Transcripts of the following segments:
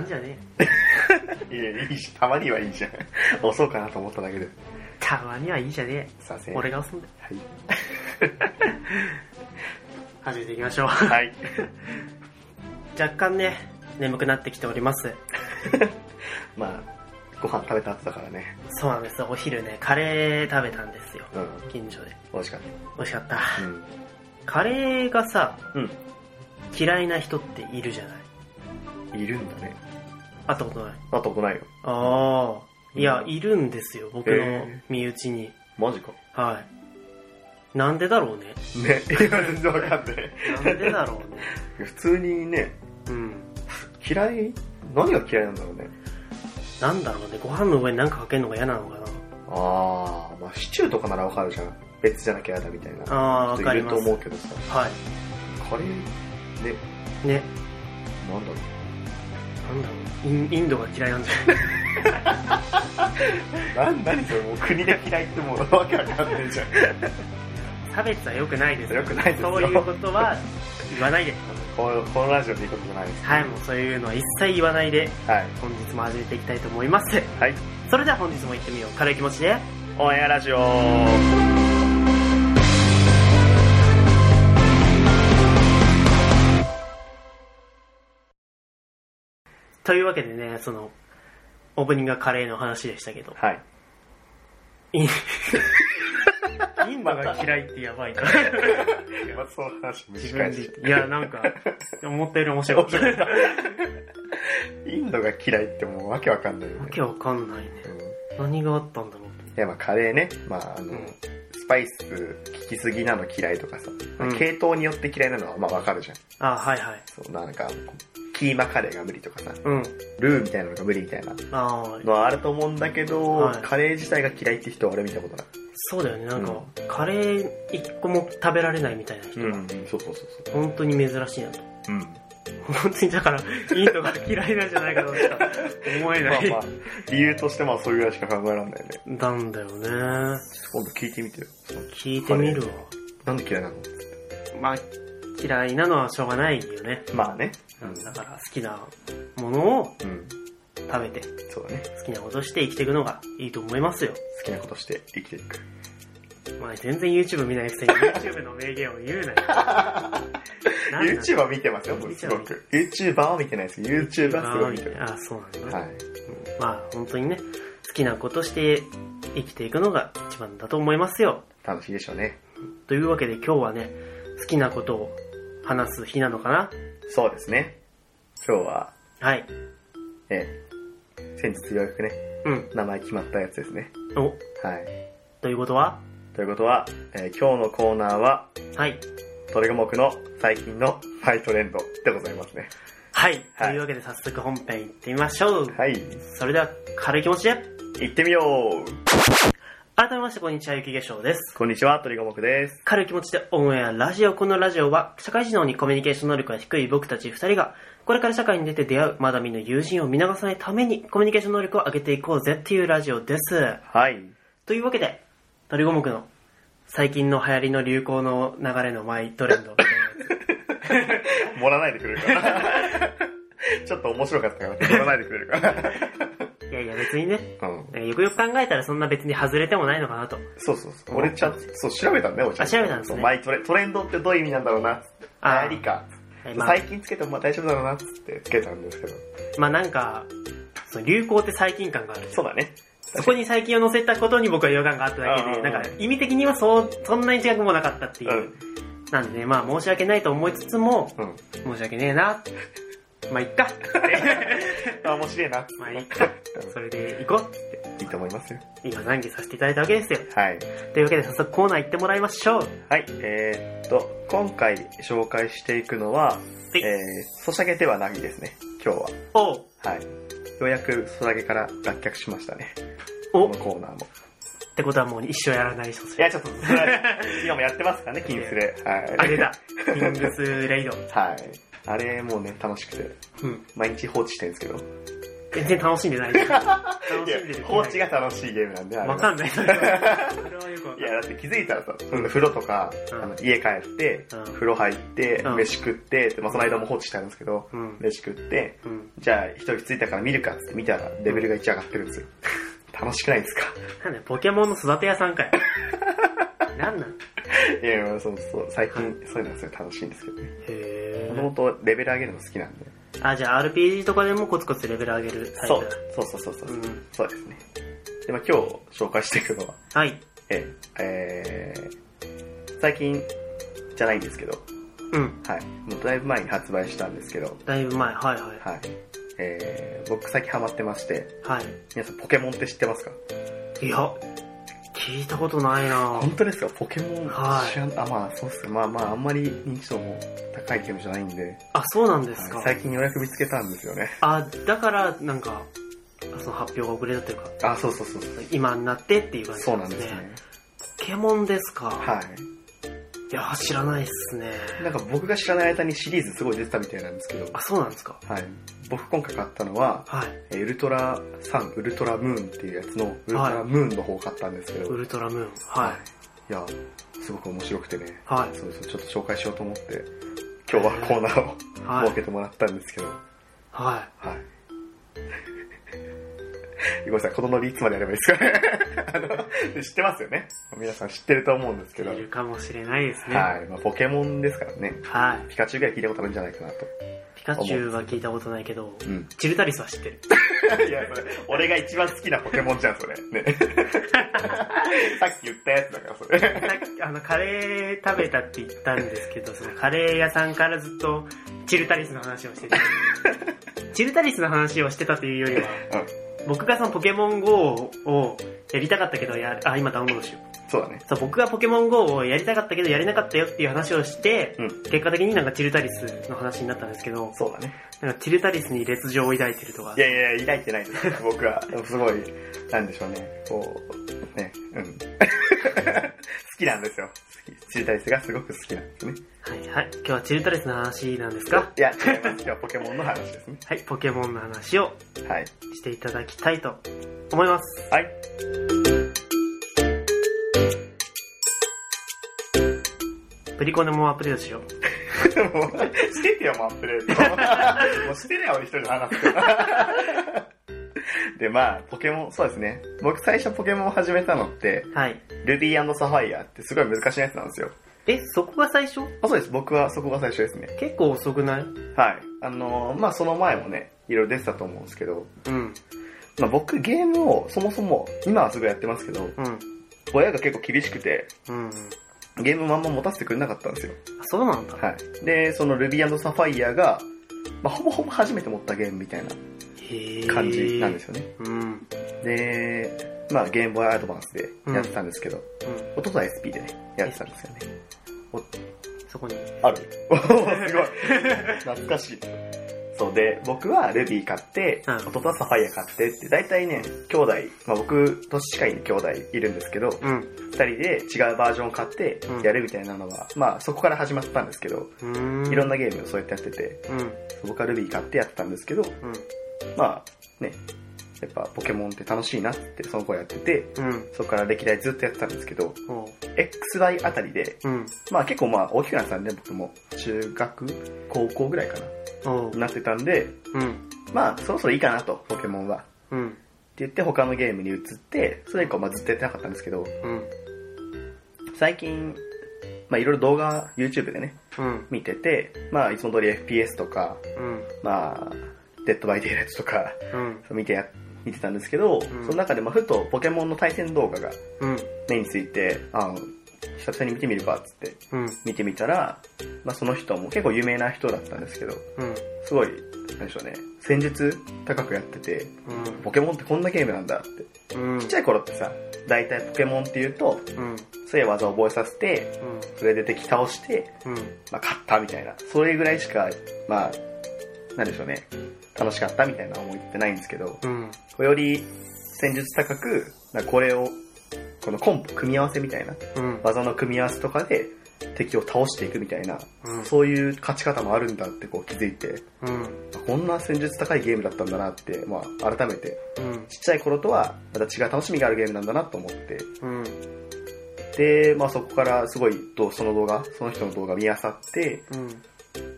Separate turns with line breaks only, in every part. んじゃねえ
いや、いいし、たまにはいいじゃん。 押そうかなと思っただけで。
たまにはいいじゃね
させ
え俺が押すんだよ
はい。
始めていきましょう
はい。
若干ね眠くなってきております
まあ、ご飯食べた後だからね。
そうなんですお昼ねカレー食べたんですよ
うん。
近所で
美味しかっ
美味しかった
た。うん。
カレーがさ
う
嫌いな人っているじゃない
ん。いるんだね。
会ったことない
あったことないよ。
ああいや
うん
いるんですよ僕の身内に
マジか。
はいなんでだろうね
ね。いや、全然わかんない。
なんでだろうね
普通にね、
うん
嫌い何が嫌いなんだろうね。
なんだろうねご飯の上に何かかけるのが嫌なのかな
あー、まあシチューとかならわかるじゃん。別じゃなきゃ嫌だみたいな。
ああわ
人
か
い
り
る
ま
と
す
思うけどさ。
は
カレー、ね、
いね
なんだろう。
なんだろうインインドが嫌いなんじゃない
なん 何それもう国が嫌いってもうわけわかんないじゃん。
差別は良くないです
良くないですよ
そういうことは言わないで
このこのラジオでいいことじゃないです。
はいもうそういうのは一切言わないで
はい。
本日も始めていきたいと思います
はい。
それでは本日も行ってみよう軽い気持ちで
オンエアラジオ
というわけでねそのオープニングがカレーの話でしたけ ど
はい。
インインドが嫌いってやばいな
まあ、その話
自
短
分
い
で
し。
いやなんか思ったより面白かったわ
インドが嫌いってもうわけわかんないよね。
けわかんないね
うん
何があったんだろう
いや、まあ、カレーね。まあ、あの、
うん
スパイス効きすぎなの嫌いとかさ、
うん
系統によって嫌いなのはまあわかるじゃん。
あはいはい
そう、なんか、キーマカレーが無理とかさ、
うん
ルーみたいなのが無理みたいな
ああ
のはあると思うんだけど、
はい
カレー自体が嫌いって人は俺見たことない。
そうだよねなんか、カレー一個も食べられないみたいな人が、
うん、そうそうそうそ
本当に珍しいなと
う。うん。
本当にだからインドが嫌いなんじゃないかとしか思え
ま
な
あ
い、
まあ、理由としてまあそういうぐらいしか考えられないね。
なんだよね
今度聞いてみてよ。
聞いてみるわ
なんで嫌いなの
まあ嫌いなのはしょうがないよね
まあね。うん。
だから好きなものを
うん。
食べて
そうだね。
好きなことして生きていくのがいいと思いますよ
好きなことして生きていく。
まあ全然 YouTube 見ないくせに YouTube の名言を言う なよなんだ
YouTuber 見てますよ、僕すごく。YouTuber は見てないですけど、YouTuber はすごい見てる。
ああそうなんだ、ね
はい。
まあ本当にね、好きなことして生きていくのが一番だと思いますよ。
楽しいでしょうね。
というわけで今日はね、好きなことを話す日なのかな
そうですね。今日は、
はい。
ええ、先日ようやくね、
うん。
名前決まったやつですね。
お、
はい。
ということは
ということは、えー今日のコーナーは、
はい。
トレガモクの最近のハイトレンドでございますね。
はい。
はい
というわけで早速本編行ってみましょう。
はい。
それでは軽い気持ちで、
行ってみよう
改めましてこんにちは、ゆきげしょうです。
こんにちは、トリガモクです。
軽い気持ちでオンエアラジオ。このラジオは、社会人なのにコミュニケーション能力が低い僕たち二人が、これから社会に出て出会うまだ見ぬ友人を見逃さないために、コミュニケーション能力を上げていこうぜっていうラジオです。
はい。
というわけで、鳥五目の最近の流行りの流行の流れのマイトレ ンドみたいなや
盛らないでくれるから。 ちょっと面白かったから、盛らないでくれるから。
ついやいや別にね、
うん。
なんかよくよく考えたらそんな別に外れてもないのかなと。
そうそうそう。俺ちゃんと、そう、調べたんだよ、俺ちゃんと。
あ調べたんですね
そうマイトレ、トレンドってどういう意味なんだろうな。
あー
ありか。
はいまあ
最近つけてもまあ大丈夫だろうな、つってつけたんですけど。
まあなんか、その流行って最近感がある。
そうだね。
そこに最近を乗せたことに僕は違和感があっただけ
うんうん
で、
うん
なんか意味的にはそう、そんなに違くもなかったって
う
いう。
ん。
なんでね、まあ申し訳ないと思いつつも、
うん。
申し訳ねえ な。まあいっか。
あ、面白いな。
まあいっか。それで行こう。
いいと思いますよ。
今懺悔させていただいたわけですよ。
はい。
というわけで早速コーナー行ってもらいましょう。
はい、えー、っと、今回紹介していくのは、え
はい
ー、ソシャゲではないですね、今日は。
おう
はい。ようやくソシャゲから脱却しましたね、こ
お
のコーナーも。
ってことはもう一生やらないそうす
いや、ちょっと、それは今もやってますか らね、キンスレ。はい。
あれだ。キングスレイド。
はい。あれもうね、楽しくて、
うん。
毎日放置してるんですけど、
全然楽しんでない。楽しんでる
いや、放置が楽しいゲームなんで、あれは
わかんない、それは。それはよくわ
い
かんない。
や、だって気づいたらさ、その風呂とか、
うん
あの家帰って、
うん
風呂入って、
うん
飯食って、でまあ、その間も放置してあるんですけど、
うん
飯食って、
うん。
じゃあ一息ついたから見るかっつって見たら、レベルが1上がってる んですよ。楽しくないですか
なんだよ、ポケモンの育て屋さんかよ。なんなん
いや、まあそうそう、最近そういうのはすごい楽しいんですけどね。
へ
もと
ー
もとレベル上げるの好きなんで。
あ、じゃあ RPG とかでもコツコツレベル上げるタイプ
そう、そうそうそうそう、
うん
そうですね。で、まあ今日紹介していくのは、
はい。
え、えー、最近じゃないんですけど、
うん。
はい。もうだいぶ前に発売したんですけど、
だいぶ前。はいはい。
はい。えー、僕最近ハマってまして、
はい。
皆さんポケモンって知ってますか
いや、聞いたことないな
本当ですかポケモン
はい
知らん、あ、まあそうっすねまあまああんまり認知度も高いゲームじゃないんで、
あ、そうなんです
は
か
い。最近ようやく見つけたんですよね。
あ、だから、なんか、その発表が遅れたというか、
あ、そうそうそうそう。
今になってっていう感じ
そうなんですね。。
ポケモンですか。
はい。
いや、知らないっすね。
なんか僕が知らない間にシリーズすごい出てたみたいなんですけど、
あ、そうなんですか。
はい。僕今回買ったのは、
はい。
えーウルトラサン、ウルトラムーンっていうやつの、ウルトラムーンの方を買ったんですけど、
ウルトラムーン。はい。
いや、すごく面白くてね、
はい
そうそう、ちょっと紹介しようと思って、今日はコーナーを
はい
設けてもらったんですけど、は。
はい
ごめんなさい、このノリいつまでやればいいですかね あの。知ってますよね。皆さん知ってると思うんですけ
い。
ど。
いるかもしれないですね。は
はい。まあ、ポケモンですからね。
い。
ピカチュウぐらい聞いたことあるんじゃないかなと。
ピカチュウは聞いたことないけど、
うん。
チルタリスは知ってる。
いや、それ、俺が一番好きなポケモンじゃん、それ。ね。さっき言ったやつだから、それ。
さっき あの、カレー食べたって言ったんですけど、そのカレー屋さんからずっと、チルタリスの話を してて。チルタリスの話をしてたというよりは、
うん。
僕がそのポケモン GO をやりたかったけどやる、あ、今ダウンロードしよう。
そうだね。
そう、僕がポケモン GO をやりたかったけどやれなかったよっていう話をして、
うん
結果的になんかチルタリスの話になったんですけど、
そうだね。
なんかチルタリスに劣情を抱いてるとか
い、やいや、抱いてないです。僕は。すごい、なんでしょうね。こう、ね、うん。 好きなんですよ。好き。知りたいですが、すごく好きなんですね。
はいはい、今日はチルタリスの話なんですか
いや、違います。今日はポケモンの話ですね。
はい、ポケモンの話を
はい。
していただきたいと思います。
はい。
プリコネもアップデートしよう。
もう、しててよ、もうアップデート。もうしてねえよ、俺一人で話すから。 で、まあ、ポケモン、そうですね。僕最初ポケモンを始めたのって、
はい。
ルビーサファイアってすごい難しいやつなんですよ。
え、そこが最初
あそうです。僕はそこが最初ですね。
結構遅くない
はい。あのーまあ、その前もね、いろいろ出てたと思うんですけど、
うん。
まあ、僕ゲームをそもそも今はすごいやってますけど
うん。
親が結構厳しくて
うん。あ
ゲームまんま持たせてくれなかったんですよ、
そうなんだ。
はい、でその Ruby&Sapphire が、まあ、ほぼほぼ初めて持ったゲームみたいな
へえ。
感じなんです
よ。
よね、
うん。うん。
でまあゲームボーイアドバンスでやってたんですけど、弟は SP でねやってたんですよね
そこに。
ある おーすごい懐かしいそうで僕は Ruby 買って、
うん
弟は Sapphire 買ってって大体ね兄弟、まあ、僕年近い兄弟いるんですけど、
うん。
二人で違うバージョンを買ってやるみたいなのは、まあそこから始まったんですけど、
うーん。
いろん
な。
なゲームをそうやってやってて、
うん。
僕は Ruby 買ってやってたんですけど、まあね、やっぱポケモンって楽しいなってその子やってて、
うん。うん。
そこから歴代ずっとやってたんですけど、
おう
XY あたりで、
うん。
まあ結構まあ大きくなってたんで僕も中学、高校ぐらいか
おう
な、なってたんで、
うん。
まあそろそろいいかなと、ポケモンは。っ
うん。
て言って他のゲームに移って、それ以降まあずっとやってなかったんですけど、
うん。
最近、まあいろいろ動画、YouTube でね、
うん。
見てて、まあ、いつも通り FPS とか、
うん。
まあ、デッドバイデイライトとか、
うん。
見てや、見てたんですけど、
ん
その中で、まあ、ふとポケモンの対戦動画が
うん。
目について、あの、久々に見てみるか、っつって、
うん。
見てみたら、まあ、その人も結構有名な人だったんですけど、
うん。
すごい、なんでしょうね、戦術高くやってて、
うん。
ポケモンってこんなゲームなんだって。
うん。
ちっちゃい頃ってさ、大体ポケモンって言うと、
うん。
そういう技を覚えさせて、
うん。
それで敵倒して、
うん。
まあ、勝ったみたいな、それぐらいしか、まあ、なんでしょうね、楽しかったみたいな思いってないんですけど、
うん。
より戦術高く、なんかこれを、このコンボ、組み合わせみたいな、
うん。
技の組み合わせとかで、敵を倒していくみたいな、
うん。
そういう勝ち方もあるんだってこう気づいて、
うん。
こんな戦術高いゲームだったんだなって、まあ改めて、
うん。
ちっちゃい頃とはまた違う楽しみがあるゲームなんだなと思って、
うん。
で、まあそこからすごいどその動画、その人の動画見漁って、
うん。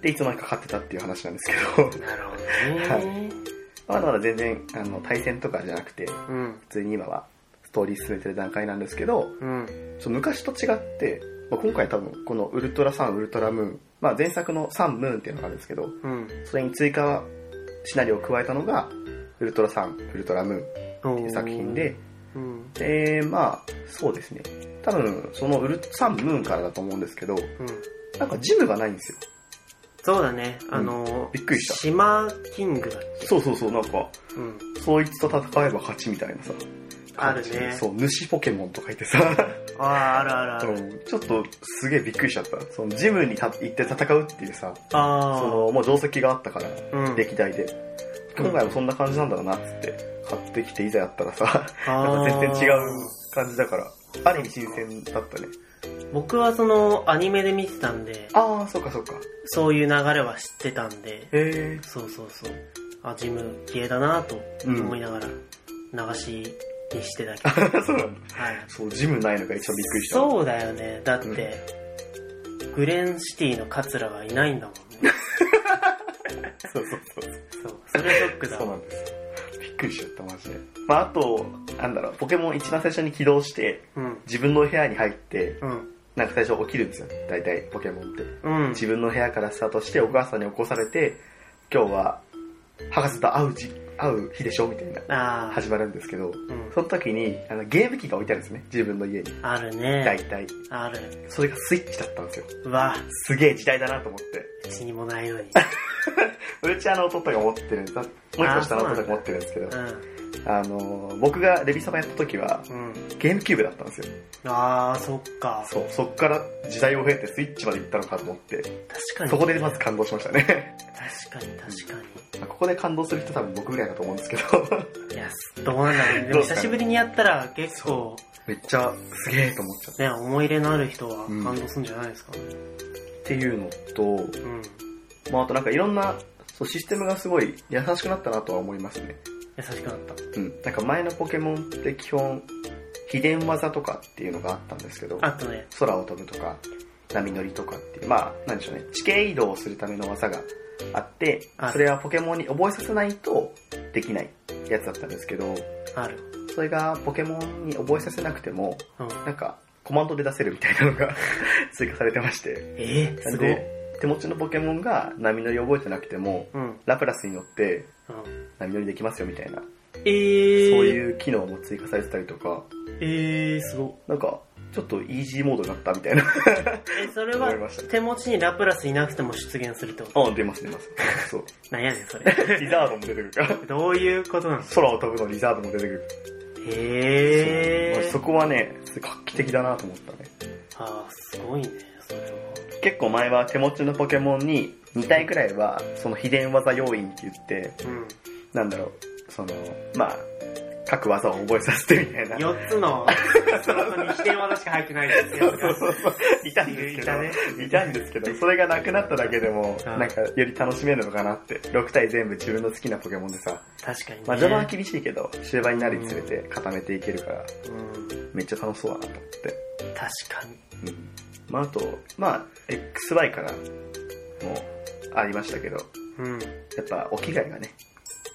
で、いつの間にか勝ってたっていう話なんですけど、
なるほど
は
ね。
まだまだ全然、あの、対戦とかじゃなくて、
うん。
普通に今はストーリー進めてる段階なんですけど、
うん。
ちょっと昔と違って、まあ、今回多分このウルトラサン、ウルトラムーン、まあ前作のサンムーンっていうのがあるんですけど、
うん。
それに追加シナリオを加えたのが、ウルトラサン、ウルトラムーンっていう作品で、
うん。
えー、まあ、そうですね。多分、そのウルサンムーンからだと思うんですけど、
うん。
なんかジムがないんですよ。
そうだね。あのー
びっくりした
島キングだっけ
そうそうそう、なんか、
うん。
そいつと戦えば勝ちみたいなさ。
あるね
そう、主ポケモンとかいてさ、
ああ、あるある あ
う
る。
んちょっとすげえびっくりしちゃった。そのジムにた行って戦うっていうさ、そ
あ
の、もう定石があったから、
あ。うん。
歴代で。今回もそんな感じなんだろうなっつって、買ってきていざやったらさ、
あ
なん
ー
か全然違う感じだから、ある意味新鮮だったね。
僕はその、アニメで見てたんで、
ああ、そっかそっか。
そういう流れは知ってたんで、
へえ。
そうそうそう。あ、ジム、綺麗だなと思いながら、流しにしてたけ ど。
そうなんだ。
はい。
そう、ジムないのが一番びっくりした。
そうだよね。だって、グレンシティのカツラがいないんだもんね。
そうそうそう。
そう。それショックだ
そうな
わ。
んです。びっくりしちゃった、マジで。まあ、あと、なんだろう、ポケモン一番最初に起動して、
うん。
自分の部屋に入って、
うん。
なんか最初起きるんですよ。大体、ポケモンって。
うん。
自分の部屋からスタートして、お母さんに起こされて、今日は、博士と会うじ、会う日でしょみたいな、
ああ。
始まるんですけど、
うん。
その時に、あの、ゲーム機が置いてあるんですね。自分の家に。
あるね。
大体。
ある。
それがスイッチだったんですよ。
うわ、
すげえ時代だなと思って。
うちにもないのに。
うちあの弟が持ってるんです。もう一個下の弟が持ってるんですけど、あのー、僕がレビサマやった時は、
うん。うん。
ゲームキューブだったんですよ。
ああ、そっか。
そう、そっから時代を経てスイッチまで行ったのかと思って、
確かに。
そこでまず感動しましたね。
確かに、確か
まあここで感動する人多分僕ぐらいだと思うんですけど、
に。いや、どうなんだろうね。でも
どうですかね
久しぶりにやったら結構、
めっちゃすげえと思っちゃっ
ね、思い入れのある人は
うん
感動するんじゃないですか。
た。っていうのと、
うん。
まああとなんかいろんな、そうシステムがすごい優しくなったなとは思いますね。
優しくなった。
うん。なんか前のポケモンって基本、秘伝技とかっていうのがあったんですけど、
あとね、
空を飛ぶとか、波乗りとかっていう、まあ、なんでしょうね、地形移動をするための技があって
は、い
それはポケモンに覚えさせないとできないやつだったんですけど、
ある。
それがポケモンに覚えさせなくても、
うん。
なんか、コマンドで出せるみたいなのが 追加されてまして。
えー、
なん
すごい。
で、手持ちのポケモンが波乗り覚えてなくても、
うん。うん。
ラプラスに乗って波乗りできますよみたいな、
え
そう
ー、
いう機能も追加されてたりとか、
えー、すごい。
なんか、ちょっとイージーモードになったみたいな
え、それ
思い
は
ました。
手持ちにラプラスいなくても出現するってこと
あ、出ます出ます。そう。
なんやねん、それ。
リザードも出てくるから。
どういうこと なの
空を飛ぶのリザードも出てくる。
へ
そう
え
そ
ー。
こはね、画期的だなと思ったね。
ああ、すごいね、それは。
結構前は手持ちのポケモンに2体くらいは、その秘伝技要因って言って、
うん。
なんだろう、その、まあ、各技を覚えさせてみたいな。
4つのスロットに否定技しか入ってないです
そ
よ
う。そうそうそう。いたんですけど、
いたね
いたんですけど、それがなくなっただけでも、
うん
なんかより楽しめるのかなって。6体全部自分の好きなポケモンでさ、
確かにね。
まあ序盤は厳しいけど、終盤になるにつれて固めていけるから、
うん、
めっちゃ楽しそうだなと思って。
確かに。
うんまあ、あと、まあ、XY からもありましたけど、
うん。
やっぱお着替えがね、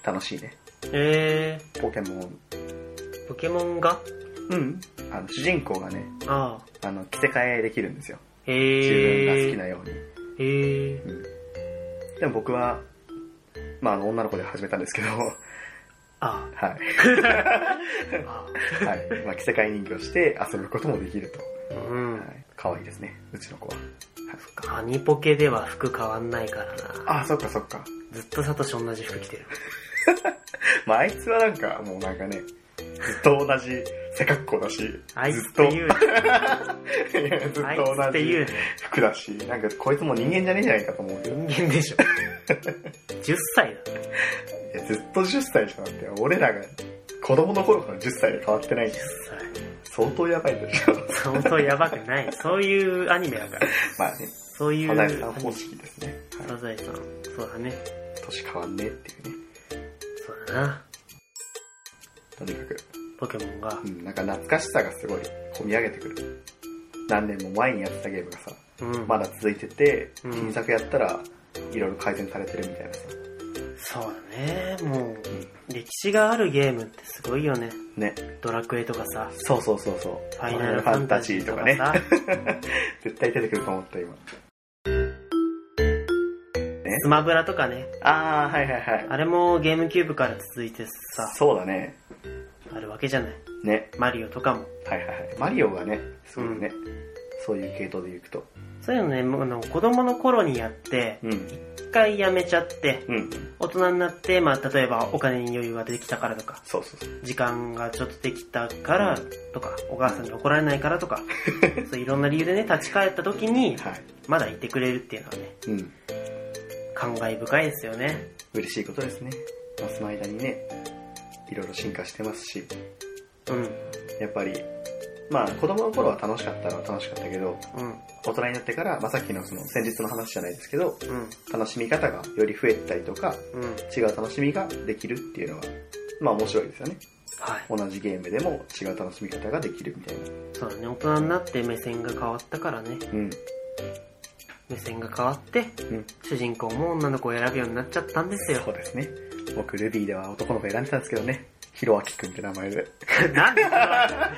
楽しいね。
え
ポケモン。
ー、ポケモンが
うん。あの、主人公がね、
ああ。
あの、着せ替えできるんですよ。
え
自分が好き
ー。
なように。
えー。
でも僕は、まあ、あの女の子で始めたんですけど、 は
あ
い。
あ。あ
はい。まあ、着せ替え人形して遊ぶこともできると。
あう
は
ん。
い。可愛いですね、うちの子は。はい、そっか。
アニポケでは服変わんないからな。
あ、そっかそっか。
ずっとサトシ同じ服着てる。
まあ、あいつはなんか、もうなんかね、ずっと同じ背格好だし、
あいつ
ず
っ
っと
て、言うね。
いや ずっ
あい
と
つっ
同
て言う
じ
ね。
服だし、なんかこいつもう人間じゃねえんじゃないかと思うけど、い
人間でしょ。10歳だね。
やずっと10歳じゃなくて、俺らが子供の頃から10歳で変わってないんです。
10歳。
相当やばいでしょ。
相当やばくない。そういうアニメだから。
まあね、
そういう。
サザエさん方式ですね。はい
サザエさん。そうだね。
年変わんねえっていうね。
そうだな。
とにかく、
ポケモンが
う。ん、なんか懐かしさがすごい、込み上げてくる。何年も前にやってたゲームがさ、
うん。
まだ続いてて、
うん
新作やったら、いろいろ改善されてるみたいなさ。
そうだね。もう、歴史があるゲームってすごいよね。
ね。
ドラクエとかさ、
そうそうそうそう。
ファイナルファンタジーとかね。
ファイナルファンタジーとかね 絶対出てくると思った、今。
スマブラとかね。
あー、はいはいはい。
あれもゲームキューブから続いてさ、
そうだね。
あるわけじゃない。
ね。
マリオとかも。
はいはいはい。マリオがね、すごいね。そういう系統でいくと。
そういうのね、もうあの子供の頃にやって、
うん。
一回やめちゃって、
うん。
大人になって、まあ、例えばお金に余裕ができたからとか、
そうそうそう。
時間がちょっとできたからとか、お母さんに怒られないからとか、そういろんな理由でね、立ち返った時に、
はい。
まだいてくれるっていうのはね、
うん。
感慨深いですよね。
嬉しいことですね。まあ、その間にね、いろいろ進化してますし、
うん、
やっぱり、まあ、子供の頃は楽しかったのは楽しかったけど、
うん、
大人になってから、まあ、さっきのその先日の話じゃないですけど、
うん、
楽しみ方がより増えたりとか、
うん。
違う楽しみができるっていうのは、まあ面白いですよね。
はい。
同じゲームでも違う楽しみ方ができるみたいな。
そうだね、大人になって目線が変わったからね、
うん。
目線が変わって、
うん。
主人公も女の子を選ぶようになっちゃったんです
そ
よ。
うですね。僕、ルビーでは男の子選んでたんですけどね。ひろあきくんって名前で。
なんで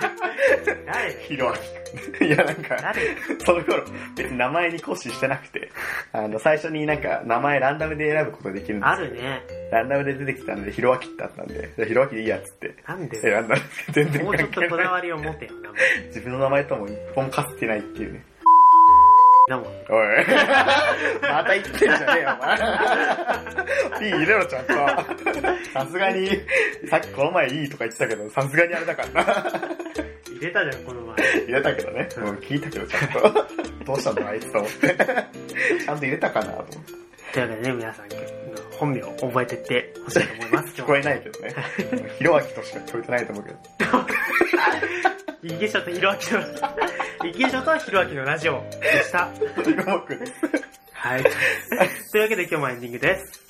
誰だよ
ひろあき くん。いや、なんか、
誰だよ
その頃、別に名前に固執してなくて、あの、最初になんか、名前ランダムで選ぶことできるんで
あるね。
す。ランダムで出てきたので、ひろあきってあったんで、じゃあひろあきでいいやっつって。
なんで
選んだんですけど全然
もうちょっ
関
と
係
こだ
ない。
わりを持てよ、名前。
自分の名前とも一本もかつてないっていうね。
だもんね。
おい。 また言ってんじゃねえよ、お前。いい入れろ、ちゃんと。さすがに、さっきこの前いいとか言ってたけど、さすがにあれだからな。
入れたじゃん、この前。
入れたけどね。うん、聞いたけど、ちゃんと。 どうしたのあいつと思って。 ちゃんと入れたかなと思って。
というわけでね、皆さん、本名を覚えてってほしいと思います。
聞こえないけどね。ひろあきとしか聞こえてないと思うけど。
イゲショとヒロアキの、イゲショとヒロアキのラジオでした。
ひろあきです。
はい。 というわけで今日もエンディングです。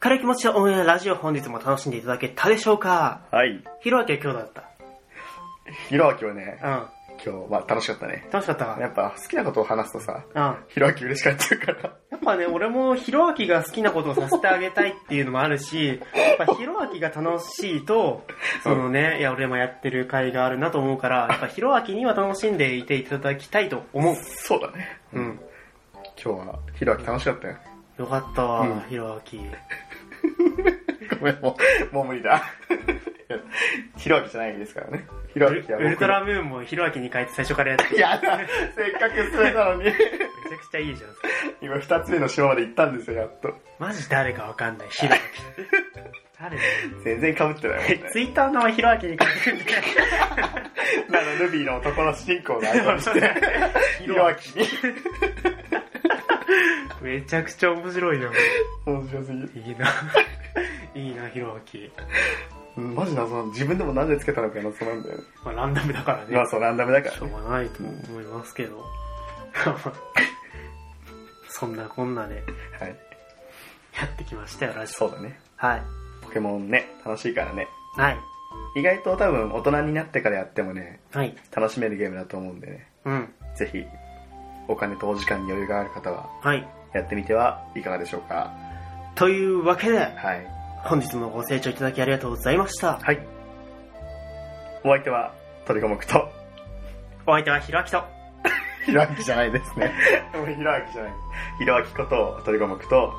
軽い気持ちのオンエアラジオ本日も楽しんでいただけたでしょうか
はい。
ヒロアキは今日だっ
ひろあきはね、
た。
今日、まあ楽しかったね
う。ん。楽しかった
や
わ。
っぱ好きなことを話すとさ、
うん。や
ひろあき嬉しかったから。
っぱね、俺もヒロアキが好きなことをさせてあげたいっていうのもあるし、やっぱヒロアキが楽しいと、 そのね、いや俺もやってる会があるなと思うから、やっぱヒロアキには楽しんでいていただきたいと思う。
そうだね。
うん。
今日は、ひろあき楽しかったよ。
よかった
うん
わ、ヒロアキ。
ごめん、もう、もう無理だ。 いやひろあきじゃないですからね。ひろ
ウ
あ
ル
きは
ウルトラムーンもヒロアキに変えて最初からやって
僕。やだ、せっかく進めたのに。
めちゃくちゃいいじゃん。
今二つ目の島まで行ったんですよ、やっと。
マジ誰かわかんない、ヒロアキ。誰だよ
全然被ってないもんね。
ツイッターの名前ヒロアキに変えてるんだよ。
あの、ルビーの男の主人公のアイコンにして、 ひろあきに。
めちゃくちゃ面白いじゃん。
面白すぎる。
いいな。いいな、ヒロアキ。
うんマジ謎なん自分でもなんでつけたのか謎なんだよね。
まあランダムだから
まあ
ね。
そう、ランダムだか
しょ
らね。
うがないと思いますけど。 そんなこんなで
はい。
やってきましたよ、ラジオ。
そうだね。
はい。
ポケモンね、楽しいからね。
はい。
意外と多分大人になってからやってもね、
はい。
楽しめるゲームだと思うんでね。
うん。
ぜひ、お金とお時間に余裕がある方は、
はい。
やってみてはいかがでしょうか。
というわけで、
はい。
本日もご清聴いただきありがとうございました。
はい。お相手は、鳥五目と、
お相手はひろあきと。
ひろあきじゃないです ね。もうひろあきじゃない。ひろあきこと、鳥五目と、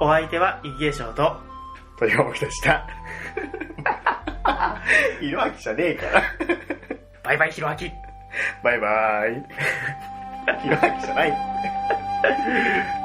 お相手は、イゲショウと、
鳥五目で した。ひろあきじゃねえから。
バイバイヒロアキ。
バイバーイ。ひろあきじゃない。